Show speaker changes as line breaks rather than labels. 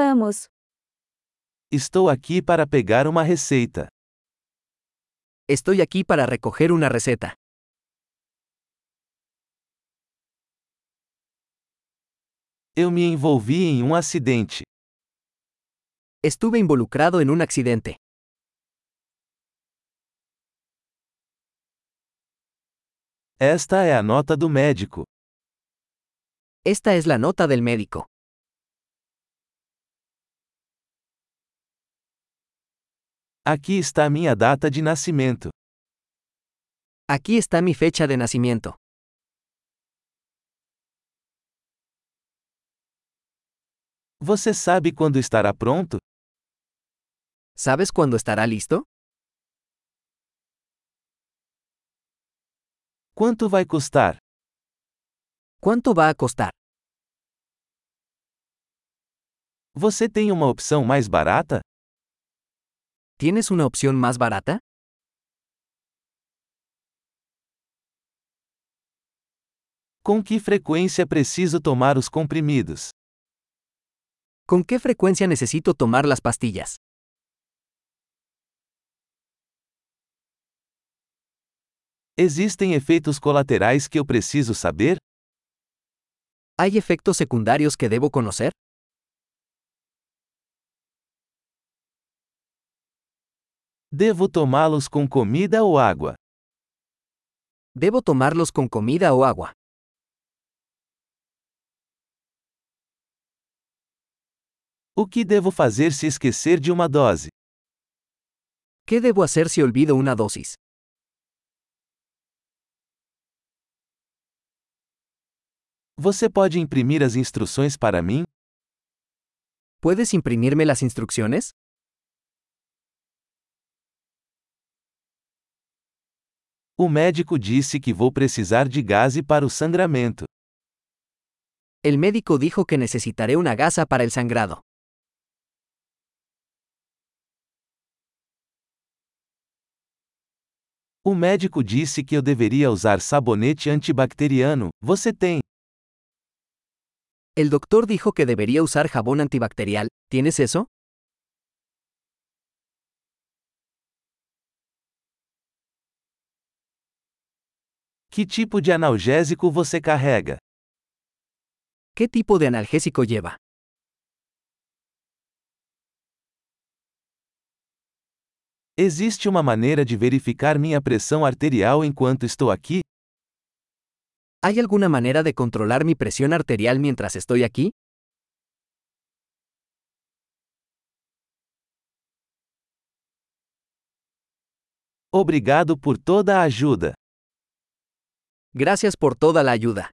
Vamos.
Estou aqui para pegar uma receita.
Estoy aquí para recoger una receta.
Eu me envolvi em um acidente.
Estuve involucrado en un accidente.
Esta é a nota do médico.
Esta es la nota del médico.
Aqui está minha data de nascimento.
Aquí está mi fecha de nacimiento.
Você sabe quando estará pronto?
¿Sabes cuándo estará listo?
Quanto vai custar?
¿Cuánto va a costar?
Você tem uma opção mais barata?
¿Tienes una opción más barata?
Com que frequência preciso tomar os comprimidos?
¿Con qué frecuencia necesito tomar las pastillas?
Existem efeitos colaterais que eu preciso saber?
¿Hay efectos secundarios que debo conocer?
Devo tomá-los com comida ou água?
¿Debo tomarlos con comida o agua?
O que devo fazer se esquecer de uma dose?
¿Qué debo hacer si olvido una dosis?
Você pode imprimir as instruções para mim?
¿Puedes imprimirme las instrucciones?
O médico disse que vou precisar de gás para o sangramento.
El médico dijo que necesitaré una gasa para el sangrado.
O médico disse que eu deveria usar sabonete antibacteriano. Você tem?
El doctor dijo que debería usar jabón antibacterial. ¿Tienes eso?
Que tipo de analgésico você carrega?
¿Qué tipo de analgésico lleva?
Existe uma maneira de verificar minha pressão arterial enquanto estou aqui?
¿Hay alguna manera de controlar mi presión arterial mientras estoy aquí?
Obrigado por toda a ajuda.
Gracias por toda la ayuda.